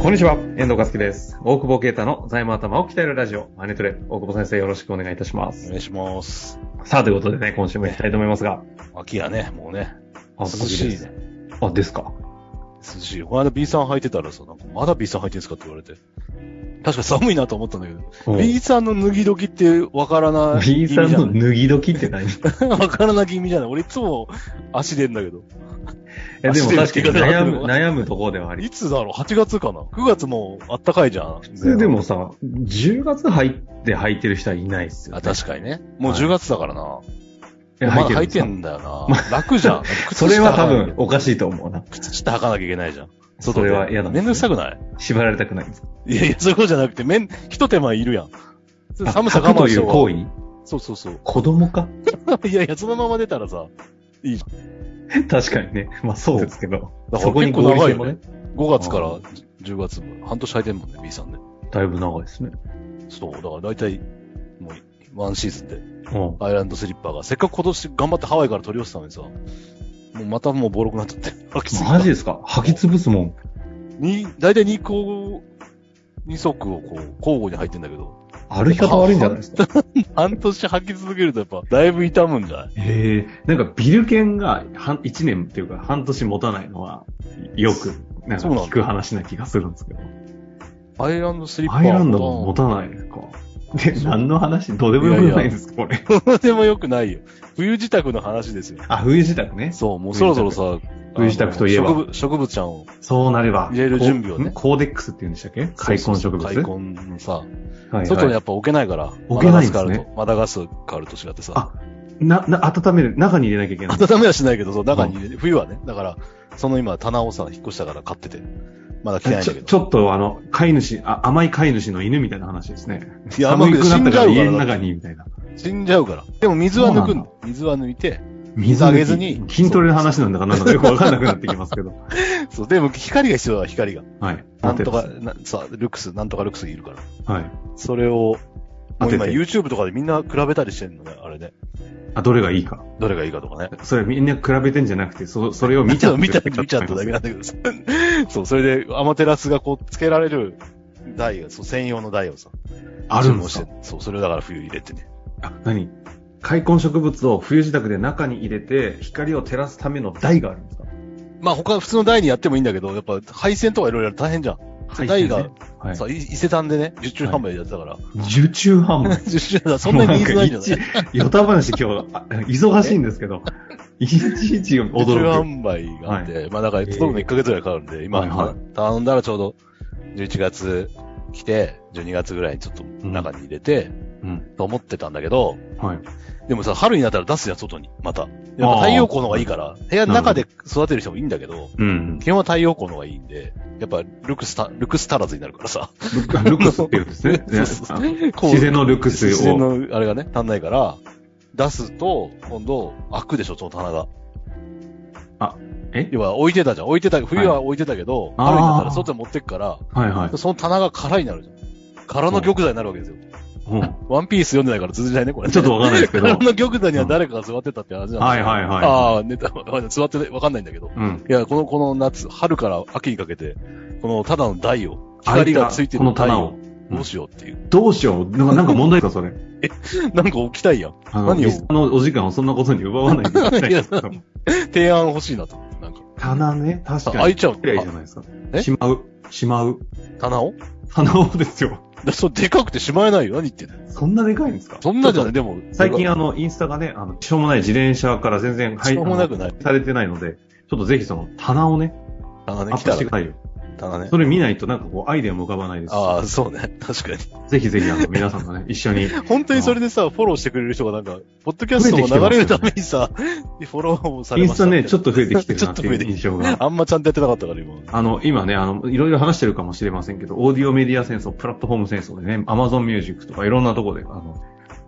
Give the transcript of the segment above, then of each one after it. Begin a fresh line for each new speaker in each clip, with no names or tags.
こんにちは、遠藤和樹です。大久保啓太の財務頭を鍛えるラジオ、マネトレ。大久保先生よろしくお願いいたしま
お
す。
願いします。
さあ、ということでね、今週も行きたいと思いますが。
秋やね、もうね。
あ
涼しいね。。
あ、ですか。
涼しいよ。この間 B さん履いてたらさ、なんかまだ B さん履いてるんですかって言われて。確か寒いなと思ったんだけど。B さんの脱ぎ時ってわか らない。
B さんの脱ぎ時って 何
わからな気味じゃない。俺いつも足でんだけど。
えでも確かに悩む、
足で脱ぎ方
悩むところではあり。
いつだろう ?8 月かな ?9 月もあったかいじゃん。
普通でもさ、10月入って履いてる人はいないっすよ、ね。
あ、確かにね。もう
はい
10月だからな。
え
まだ履いて
の
んだよな。楽じゃん。
それは多分
靴下履かなきゃ、
おかしいと思うな。
靴下履かなきゃいけないじゃん。
それは嫌だ、
めんどくさくない
縛られたくないんですか
いやいや、そういうことじゃなくて、めん、一手間いるやん。寒さ
あ履
我
くと
慢し
い
よ
う
う
行為
そうそうそう。
子供か
いやいや、そのまま出たらさ、いいじゃん。
確かにね。まあそうですけど。
だか
そ
ら
こに
結構
合理
長い
性
よ
も
ね
ね。。
5月から10月も、半年履いてんもんね、B さんね。
だいぶ長いですね。
そう、だから大体、もう、ワンシーズンで、
うん。
アイランドスリッパが、せっかく今年頑張ってハワイから取り寄せたのにさ、もうまたもうボロくなっちゃって。 履きすぎた
マジですか履き潰すもん。
に、大体2個、2足をこう、交互に履いてんだけど、
歩き方悪いんじゃないです か
半年履き続けるとやっぱ、だいぶ痛むんじゃない
へえ。なんかビル犬が半1年っていうか半年持たないのはよく、なんか
そうなんだ
聞く話な気がするんですけど。
アイランドスリッパ
アイランドも持たないですかで、何の話どうでもよくないですかこれ。
どうでもよくないよ。冬自宅の話ですよ。
あ、冬自宅ね。
そう、もうそろそろさ、
冬支度
あの
といえば
植物、植物ちゃんを、
そうなれば。
入れる準備をね
こうコーデックスって言うんでしたっけ開墾植物。
そうそうそう開墾のさ、
はいはい
外にやっぱ置けないから、
置けないんですね
マダガスカルと、マダガスカルと違ってさ、
あな、な、温める、中に入れなきゃいけない。
温めはしないけど、そう、中に入れて、冬はね、だから、その今棚をさ、引っ越したから買ってて、まだ来てないん
ち
だ
ょ
けど。
ちょっとあの、飼い主あ、甘い飼い主の犬みたいな話ですね。
いや、甘
寒
くて
く
死
なっ
ん
た
じ
か
ゃ
ら
うか
家
ら
の
だっ
中
て。
に、みたいな。
死んじゃうから。でも水は抜くんだ
そ。
水は抜いて、
水
あげずに
筋トレの話なんだかなんだかよくわかんなくなってきますけど。
そう、でも光が必要だ、光が。
はい。
なんと
当
か、
て
なさ、ルクス、なんとかルクスいるから。
です。はい。
それを、も
当
う
て
今
て。
YouTube とかでみんな比べたりしてんのね、あれね。
あ、どれがいいか。
どれがいいかとかね。
それみんな比べてんじゃなくて、そそれを見ちゃった。
見ちゃった、見ちゃっただけなんだけどさ。そう、それでアマテラスがこう、つけられる台が、そう、専用の台をさ。
あるんです
注
か
文してそう、それをだから冬入れてね。
あ、何開墾植物を冬自宅で中に入れて、光を照らすための台があるんですか
まあ他、普通の台にやってもいいんだけど、やっぱ配線とかいろいろ大変じゃん。そう台が、
はい
さ、い伊勢丹でね、受注販売でやってたから。
受注販売。
受注だ、そんなにニーズないんじゃな
も
い
うなんかいちよた話今日、あ忙しいんですけ ど、いちいち
受注
驚く。
販売があって、まあだから届くの1ヶ月ぐらいかかるんで、今、
はいはい
頼んだらちょうど11月来て、12月ぐらいにちょっと中に入れて、
うん。
と思ってたんだけど、
はい。
でもさ、春になったら出すじゃん、外に。また。やっぱ太陽光の方がいいから、部屋の中で育てる人もいいんだけど、
うん。
基本は太陽光の方がいいんで、やっぱ、ルクスた、ルクス足らずになるからさ。。
ルックあルックスっていうんですね
そうそうそう
あの自然のルックス
自然
を。
の、あれがね、足んないから、出すと、今度、開くでしょ、その棚が。
あ、え
要は、置いてたじゃん。置いてた、冬は置いてたけど、
あー
春になったら外に持ってくから、
はいはい。
その棚が空になるじゃん。空の玉座になるわけですよ。
う
ワンピース読んでないから通じないね、これ、
ん。
ね。
ちょっとわかんないですけど。
空
は
の玉座には誰かが座ってたって話なんですよ
いはいは
ああ、ネタ、座ってねわかんないんだけど。
い。うん。
いや、この、この夏、春から秋にかけて、この、ただの台を、
開
光
いた
がついて
この
る台
棚
を
を。、
どうしようっていう。
どうしよう。なんかなんか問題ですか、それ。
なんか置きたいやん。
あの、
何を
リスナーのお時間をそんなことに奪わないでいただきたいんですけど
提案欲しいなと思って。なんか、
棚ね、確
あ
か
開い
に。
ちゃう
綺麗じゃないですか
え。
しまう。しまう。
あ棚を
棚をですよ。
でそう、でかくてしまえないよ。何言ってんの
そんなでかいんですか
そんなじゃない、でも。
最近
は、
あの、インスタがね、あの、しょうもない自転車から全然
し
配
ょうもなくない。
されてないので、ちょっとぜひその棚をね、
棚
ア
ね、
ッ
来
プ
た
して
ら
く、ださいよ。
棚ね
そ。れ見ないとなんかこうアイデアも浮かばないですし。
ああ、そうね。 確かに。
ぜひぜひ、あの、皆さんがね、一 緒に。
本当にそれでさ、フォローしてくれる人がなんか、ポッドキャストも流れるためにさ、フォローをさ
イ
れ
ン
ま
ス
した
タ
みた
ね、
いな。
ちょっと増えてきてる
ちょ
な
っ
っ
と
て
増
い
えて
う
きてる
印象が。
あんまちゃんとやってなかったから、今。
あの、今ね、あの、いろいろ話してるかもしれませんけど、オーディオメディア戦争、プラットフォーム戦争でね、Amazon Music とかいろんなとこで、あの、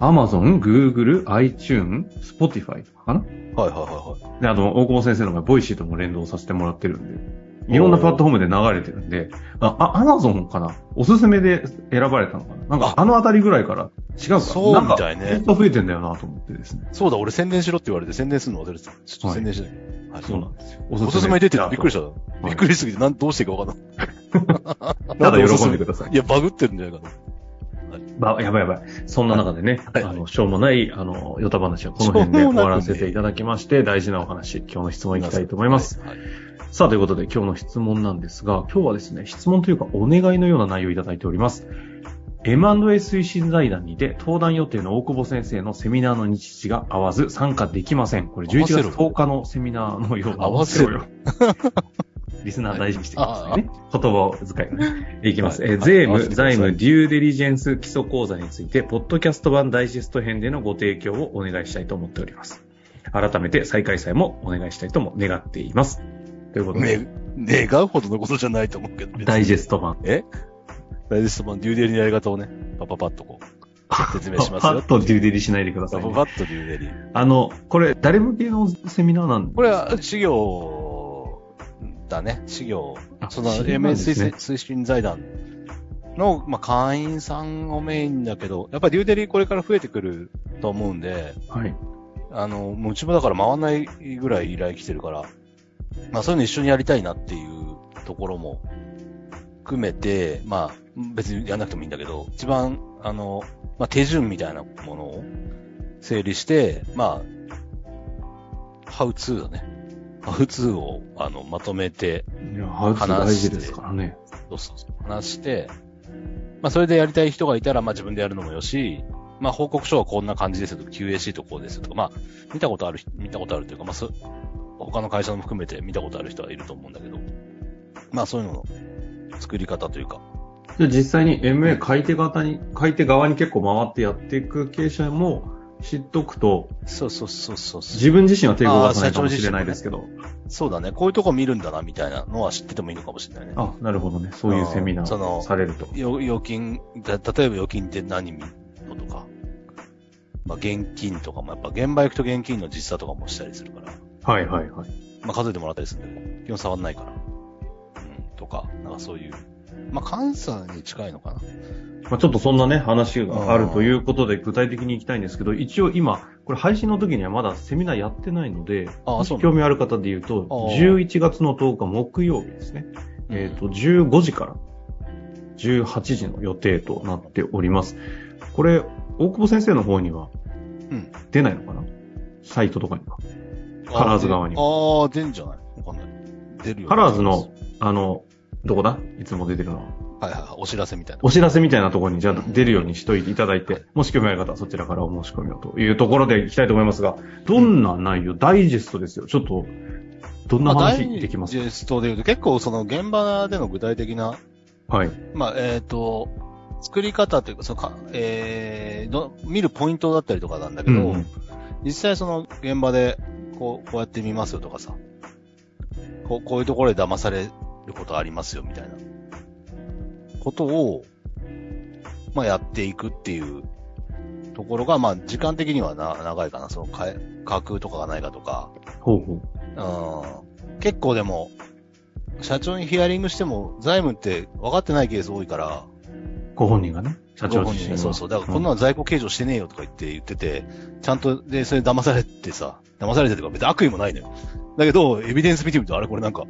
Amazon、Google、iTune、Spotify とかかな
はいはいはいはい。
で、あの、大久保先生の場合、ボイシーとも連動させてもらってるんで、いろんなプラットフォームで流れてるんで、あ、アマゾンかなおすすめで選ばれたのかななんか、あのあたりぐらいから、違うか
そう
なんか
みたいね
ずっと増えてんだよなと思ってですね。
そうだ、俺宣伝しろって言われて宣伝するの忘れてた。ちょっと宣伝しなきゃ。はい
そうなんですよ。
おすすめ出てる。びっくり
し
した。びっくりしすぎて、なん、どうしていいかわかんな い。
ただ喜んでください。
いや、バグってるんじゃないかな。
ば、やばいやばい。そんな中でね、
はい
あの、しょうもない、あの、ヨタ話はこの辺で
しょう
終
もなくね
わらせていただきまして、大事なお話、今日の質問いきたいと思います。
はい。はい
さあ、ということで今日の質問なんですが、今日はですね、質問というかお願いのような内容をいただいております。M&A 推進財団にて、登壇予定の大久保先生のセミナーの日時が合わず参加できません。これ11月10日のセミナーのような
合わせろ
よ。 リスナー大事にしてくださいね。言葉遣いをね。いきます。
はい
えー
はい
税
合わ
務、
せてくださ
財
い
務、デューデリジェンス基礎講座について、ポッドキャスト版ダイジェスト編でのご提供をお願いしたいと思っております。改めて再開催もお願いしたいとも願っています。ということで、
ね、願うほどのことじゃないと思うけど、別に
ダイジェスト版。
えダイジェスト版、デューデリのやり方をね、パパパッとこう、説明します
パ
よ
ッ。とデューデリしないでくだ
パ
さ
パ
い、
パ
ね。
ッとデューデリ。
あの、これ、誰向けのセミナーなん
これは、資料だね。資料
あ。
その、
資料なんです
MS
ね
推進財団の、まあ、会員さんをメインだけど、やっぱりデューデリこれから増えてくると思うんで、
はい。
あの、もううちもだから回んないぐらい依頼来てるから、まあそういうの一緒にやりたいなっていうところも含めて、まあ別にやんなくてもいいんだけど、一番、あの、まあ手順みたいなものを整理して、まあ、ハウツーだね。ハウツーを、あの、まとめて、
いや、ハウス大事ですからね。
そうそうそう話して、まあそれでやりたい人がいたら、まあ自分でやるのもよし、まあ報告書はこんな感じですよとか、QAC とこうですよとか、まあ見たことある、見たことあるというか、まあそ他の会社も含めて見たことある人はいると思うんだけど、まあそういうのの作り方というか、
じゃあ実際に MA 買い手方に、買い手側に結構回ってやっていく経営者も知っとくと、
そうそうそうそうそう。
自分自身は抵抗がないかもしれないですけど。
そうだね。こういうとこ見るんだな、みたいなのは知っててもいいのかもしれないね。
あ、なるほどね。そういうセミナ
そ
ーを
の
されると。
よ預金、た例えば預金って何見るのとか、まあ現金とかも、やっぱ現場行くと現金の実差とかもしたりするから、
はいはいはい。
まあ、数えてもらったりするんだけど、基本触んないから。うん、とか、なんかそういう。まあ、関西に近いのかな。
まあ、ちょっとそんなね、話があるということで、具体的に行きたいんですけど、一応今、これ配信の時にはまだセミナーやってないので、
あ
も
そう
し
な
興
の
味ある方で言うと、
あー
11月の10日木曜日ですね。えっ、と、15時から18時の予定となっております。これ、大久保先生の方には
うん、
出ないのかな、サイトとかには。
と
カラーズ側に
あー出るんじゃないわかんない。出るよ。
カラーズの。、あの、どこだいつも出てるのは。
はいはいはい、お知らせみたいな。
お知らせみたいなところにじゃあ出るようにしといていただいて、もし興味ある方はそちらからお申し込みをというところでいきたいと思いますが、どんな内容、ダイジェストですよ。ちょっと、どんな
まあ
話できます
ダイジェストで言うと、結構その現場での具体的な、
はい。
まあ、えっ、と、作り方というか、そのか、えーど、見るポイントだったりとかなんだけど、
うん
実際その現場で、こう、こうやって見ますよとかさ、こう、こういうところで騙されることありますよみたいな、ことを、まあやっていくっていうところが、まあ時間的にはな、長いかな、その、かえ、架空とかがないかとか、
ほうほう。
うん、結構でも、社長にヒアリングしても、財務って分かってないケース多いから、
ご本人がね、社長
ご本
自
人
身
ね
が
そうそう。だから、こんなの在庫計上してねえよとか言って言ってて、ちゃんと、で、それ騙されてさ、騙されてとか別に悪意もないのよ。だけど、エビデンス見てみると、あれこれなんか、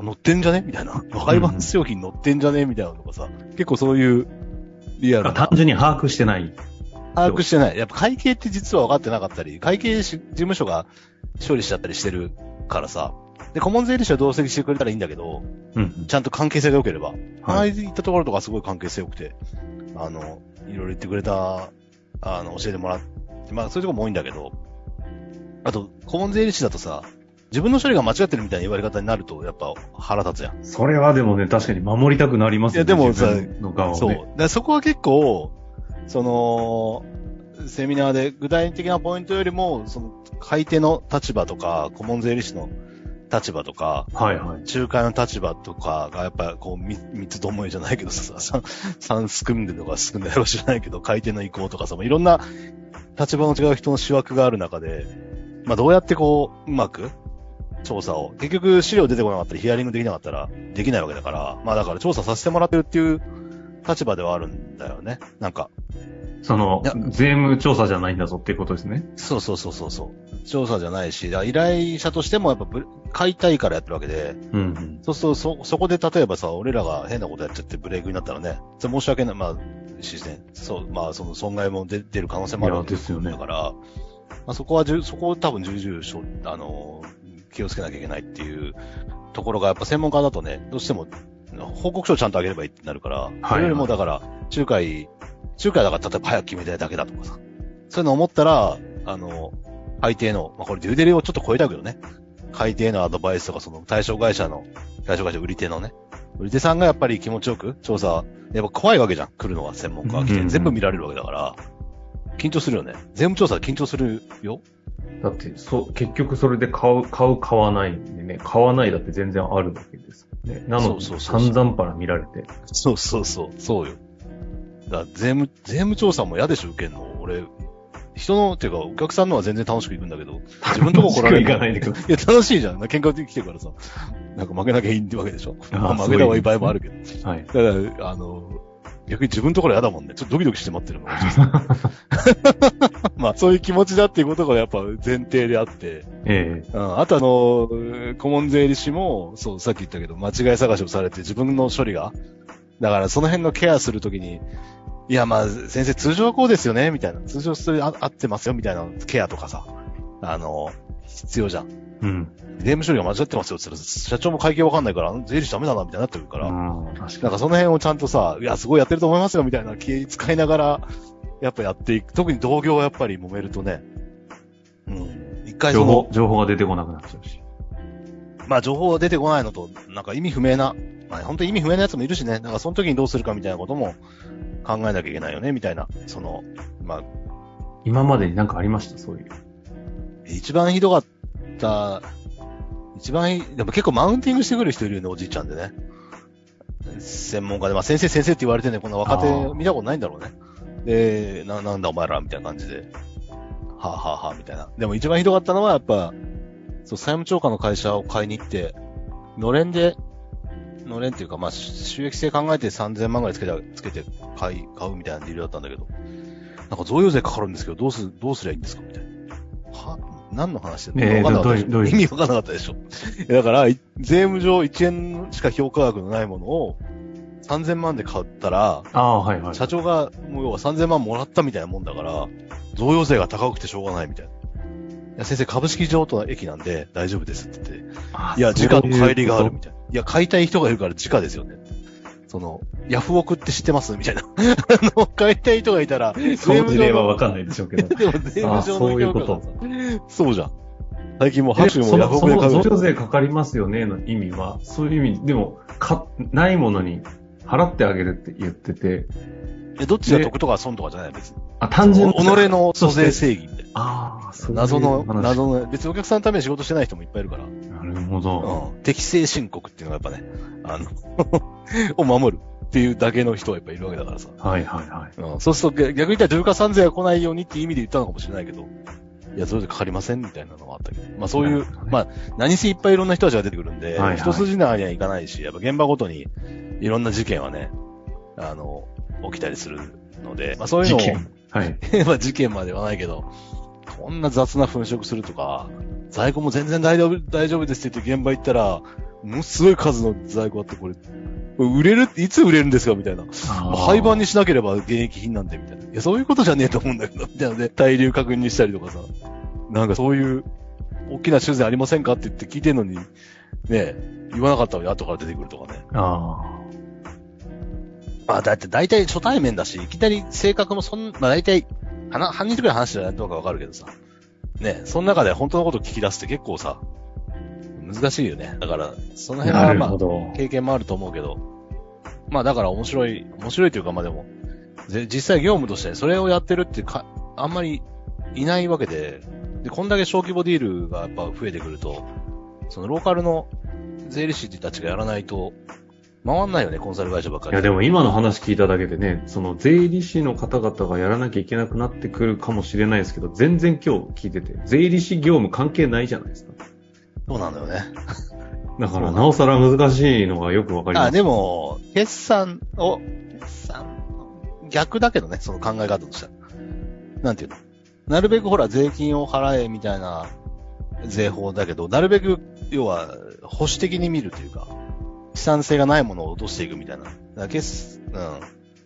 乗ってんじゃねみたいな。廃盤商品乗ってんじゃねみたいなのとかさ、結構そういう、リア
うん
ル
あ
な
単。純に把握してない。
把握してない。やっぱ会計って実は分かってなかったり、会計し事務所が処理しちゃったりしてるからさ、で、顧問税理士は同席してくれたらいいんだけど、
うんうん。
ちゃんと関係性が良ければ、
は
はいい、行ったところとかすごい関係性良くて、あの、いろいろ言ってくれた、あの、教えてもらって、まあそういうとこも多いんだけど、あと、顧問税理士だとさ、自分の処理が間違ってるみたいな言われ方になると、やっぱ腹立つやん。
それはでもね、確かに守りたくなりますよね。
いやでもさ
自分の側
そ
を
う。だ
ね。
からそこは結構、その、セミナーで具体的なポイントよりも、その、買い手の立場とか、顧問税理士の立場とか、
はいはい。
仲介の立場とかが、やっぱこう、み三つどもえじゃないけど さ、さ三すくんでるのかすくんでるのか知らないけど、回転の意向とかさ、もういろんな立場の違う人の主役がある中で、まあどうやってこう、うまく調査を、結局資料出てこなかったり、ヒアリングできなかったら、できないわけだから、まあだから調査させてもらってるっていう立場ではあるんだよね。なんか、
その
いや、
税務調査じゃないんだぞっていうことですね。
そうそうそうそうそう。調査じゃないし、だから依頼者としてもやっぱブレ買いたいからやってるわけで、
うん
そうするとそ、そこで例えばさ、俺らが変なことやっちゃってブレイクになったらね、それ申し訳ない、まあ、自然、そう、まあ、その損害も出出る可能性
うん。
も
い
ある
や、
わけ
ですよね
だ。から、まあ、そこはじゅ、そこを多分重々しょ、あの、気をつけなきゃいけないっていうところが、やっぱ専門家だとね、どうしても、報告書をちゃんとあげればいいってなるから、
い
それよりもだから、仲介、仲介だから例えば早く決めたいだけだとかさ、そういうの思ったら、あの、相手への、まあ、これデューデリをちょっと超えたけどね、買い手へのアドバイスとか、その対象会社の、対象会社売り手のね、売り手さんがやっぱり気持ちよく調査、やっぱ怖いわけじゃん、来るのは専門家が来
うんうんう
て、
ん
全部見られるわけだから、緊張するよね。税務調査緊張するよ。
だって、そう、結局それで買う、買う、買わないんでね、買わないだって全然あるわけですよね。なので、
そうそうそうそう
散々パラ見られて。
そうそうそう、そうよ。だから税務、税務調査も嫌でしょ、受けんの。俺、人の、っていうか、お客さんのは全然楽しく行くんだけど、自分とこ来られ。
行かないいでください。
いや、楽しいじゃん。喧嘩できてるからさ。なんか負けなきゃいいってわけでしょ。
あー
まあ、負
そうい
け
う
た方がいい場合もあるけど。
はい。
だから、あの、逆に自分のところ嫌だもんね。ちょっとドキドキして待ってるもん。まあ、そういう気持ちだっていうことがやっぱ前提であって。
ええ
うん。あとあの、顧問税理士も、そう、さっき言ったけど、間違い探しをされて自分の処理が。だからその辺のケアするときに、いや、まあ、先生、通常はこうですよねみたいな。通常それあ合ってますよみたいなケアとかさ。あの、必要じゃん。
うん。
税務処理が間違ってますよって言ったら、社長も会計わかんないから、あの税理士ダメだなみたいになってくるから。
うん確か
なんかその辺をちゃんとさ、いや、すごいやってると思いますよ、みたいな気使いながら、やっぱやっていく。特に同業はやっぱり揉めるとね、うん。一
に。
回
情
そ
報
の、、
情報が出てこなくなっちゃうし。
まあ情報が出てこないのと、なんか意味不明な、まあ本当に意味不明なやつもいるしね、なんかその時にどうするかみたいなことも考えなきゃいけないよね、みたいな。その、まあ、
今までになんかありましたそういう。
一番ひどかった、一番ひ、でも結構マウンティングしてくる人いるよね、おじいちゃんでね。専門家で、まあ先生先生って言われてね、こんな若
あー
手見たことないんだろうね。で、な、なんだお前らみたいな感じで。はあ、はあはあ、みたいな。でも一番ひどかったのはやっぱ、そう、債務超過の会社を買いに行って、のれんで、のれんっていうか、まあ、し収益性考えて3000万ぐらいつけて、つけて買い、買うみたいなディールだったんだけど、なんか贈与税かかるんですけど、どうす、どうすりゃいいんですかみたいな。は何の話してんの
えー
わかんなかったでし
どうい
ょ
うどういう
意味わかんなかったでしょ。いやだから、い税務上1円しか評価額のないものを3000万で買ったら、
ああ、はいはい。
社長が、もう要は3000万もらったみたいなもんだから、贈与税が高くてしょうがないみたいな。いや先生、株式上と駅なんで大丈夫ですって言って、
あ
いや、
そうう
直
こと
の帰りがあるみたいな。いや、買いたい人がいるから直ですよね。その、ヤフオクって知ってますみたいな。あの、買いたい人がいたら、税
そう
務
事
上
例
の
はわかんないでしょうけど。
でも税務上の評価が
あーそ
さそうじゃん。最近もう
え
拍手
そ
もヤフ
の、そ
オクで買
の、
うじゃ
贈
ん
与税かかりますよねの意味は、そういう意味、でも、か、ないものに払ってあげるって言ってて、
えどっちが得とか損とかじゃない別に。
あ、単純に。
己の租税正義みたいな。
ああ、そういう
謎の、
話
謎の、別にお客さんのために仕事してない人もいっぱいいるから。
なるほど。
うん適正申告っていうのがやっぱね、あの、 を守るっていうだけの人がやっぱいるわけだからさ。
はいはいはい。
うん、そうすると逆逆に言ったら重加算税が来ないようにっていう意味で言ったのかもしれないけど、いや、それでかかりませんみたいなのがあったけど、まあそうい
な
う
るほどね、
まあ何せいっぱいいろんな人たちが出てくるん
は
で、
いはい
一筋縄にはいかないし、やっぱ現場ごとにいろんな事件はね、あの、起きたりするので、まあそういうのを、
はい。
まあ事件まではないけど、こんな雑な粉飾するとか、在庫も全然大丈夫、大丈夫ですって言って現場行ったら、ものすごい数の在庫あって、これ、これ売れる、いつ売れるんですかみたいな。まあ廃盤
に。
にしなければ現役品なんで、みたいな。いや、そういうことじゃねえと思うんだけど、みたいなので、対流確認したりとかさ。なんかそういう、大きな修繕ありませんかって言って聞いてんのに、ねえ、言わなかったのに後から出てくるとかね。
あ
まあ、だって大体初対面だし、いきなり性格もそん、まあ大体、はな、半日くらい話してないとかわかるけどさ。ねえ、その中で本当のこと聞き出すって結構さ、難しいよね。だから、その
あ。
辺
な
は
る
まあ
ほ、ど。
経験もあると思うけど、まあだから面白い、面白いというかまあでも、ぜ実際業務としてそれをやってるってか、あんまりいないわけで、で、こんだけ小規模ディールがやっぱ増えてくると、そのローカルの税理士たちがやらないと、回んないよね、コンサル会社ばっか
い
り。
やでも今の話聞いただけでね、その税理士の方々がやらなきゃいけなくなってくるかもしれないですけど、全然今日聞いてて、税理士業務関係ないじゃないですか。
そうなんだよね。
だ
そ
か
うな
ら
ん
なおさら難しいのがよくわかります。
あ、でも、決算を、決算逆だけどね、その考え方としては。なんていうのなるべくほら、税金を払えみたいな税法だけど、なるべく、要は、保守的に見るというか、資産性がないものを落としていくみたいな。だから決うん。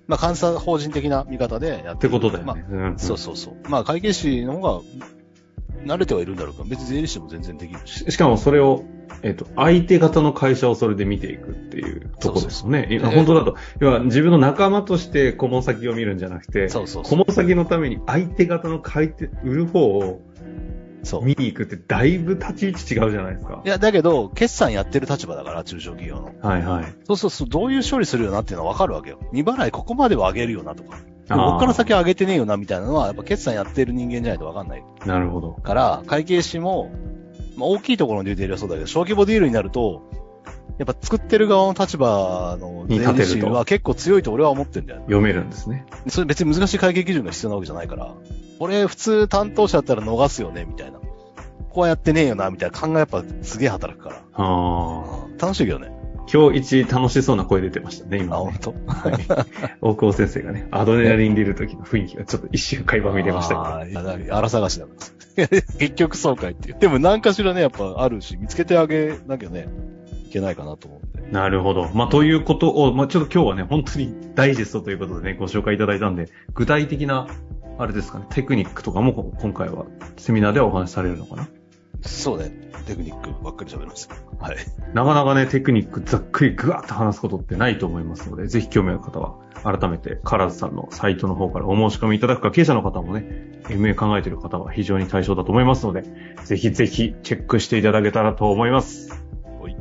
まあ、監査法人的な見方でやっ
ってて
る
ことだよ
まあ
ね。うん
そうそうそう。まあ、会計士の方が慣れてはいるんだろうから、別に税理士でも全然できるし。
ししかもそれを、えっと、相手方の会社をそれで見ていくっていうとこですよね。
そうそう
いや本当だと。要は自分の仲間として顧問先を見るんじゃなくて、
そうそうそ
顧
う。
問先のために相手方の買い手、売る方を
そう。
見に行くってだいぶ立ち位置違うじゃないですか
い。や、だけど、決算やってる立場だから、中小企業の。
はいはい。
そうそうそう、どういう処理するよなっていうのはわかるわけよ。未払いここまでは上げるよなとか。でもこっから先は上げてねえよなみたいなのは、やっぱ決算やってる人間じゃないとわかんない
あーなるほど。
から、会計士も、まあ、大きいところのデューティーはそうだけど、小規模ディールになると、やっぱ作ってる側の立場の
に
税
立て
理
ると
士は結構強いと俺は思ってんだよね。
読めるんですね。
それ別に難しい会計基準が必要なわけじゃないから、これ普通担当者だったら逃すよね、みたいな。ここはやってねえよな、みたいな考えやっぱすげえ働くから。
ああ。
うん楽しいけどね。
今日一楽しそうな声出てましたね、
あ、
今
ほ
ね
ん。と
大久保先生がね、アドレナリン出る時の雰囲気がちょっと一瞬垣間見れましたけど。
あーいやだから荒探しだから。 結局そうかいっていう。でも何かしらね、やっぱあるし、見つけてあげなきゃね、いけないかなと思うんで。
なるほど。まあ、ということを、まあ、ちょっと今日はね、本当にダイジェストということでね、ご紹介いただいたんで、具体的な、あれですかね、テクニックとかもこ今回はセミナーではお話しされるのかな。
そうね。テクニックばっかり喋りました。はい。
なかなかね、テクニックざっくりぐわっと話すことってないと思いますので、ぜひ興味ある方は、改めて、カラーズさんのサイトの方からお申し込みいただくか、経営者の方もね、MA 考えている方は非常に対象だと思いますので、ぜひぜひチェックしていただけたらと思います。
はい。
終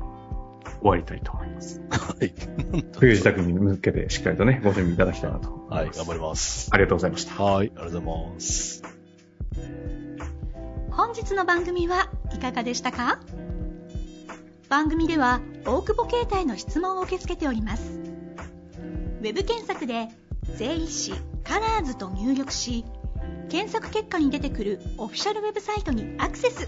わりたいと思います。
はい。
冬支度に向けてしっかりとね、ご準備いただきたいなと思
はいい、
ます。
頑張ります。
ありがとうございました。
はい、ありがとうございます。
本日の番組はいかがでしたか番組では大久保携帯の質問を受け付けておりますウェブ検索で「税理士カラーズと入力し検索結果に出てくるオフィシャルウェブサイトにアクセス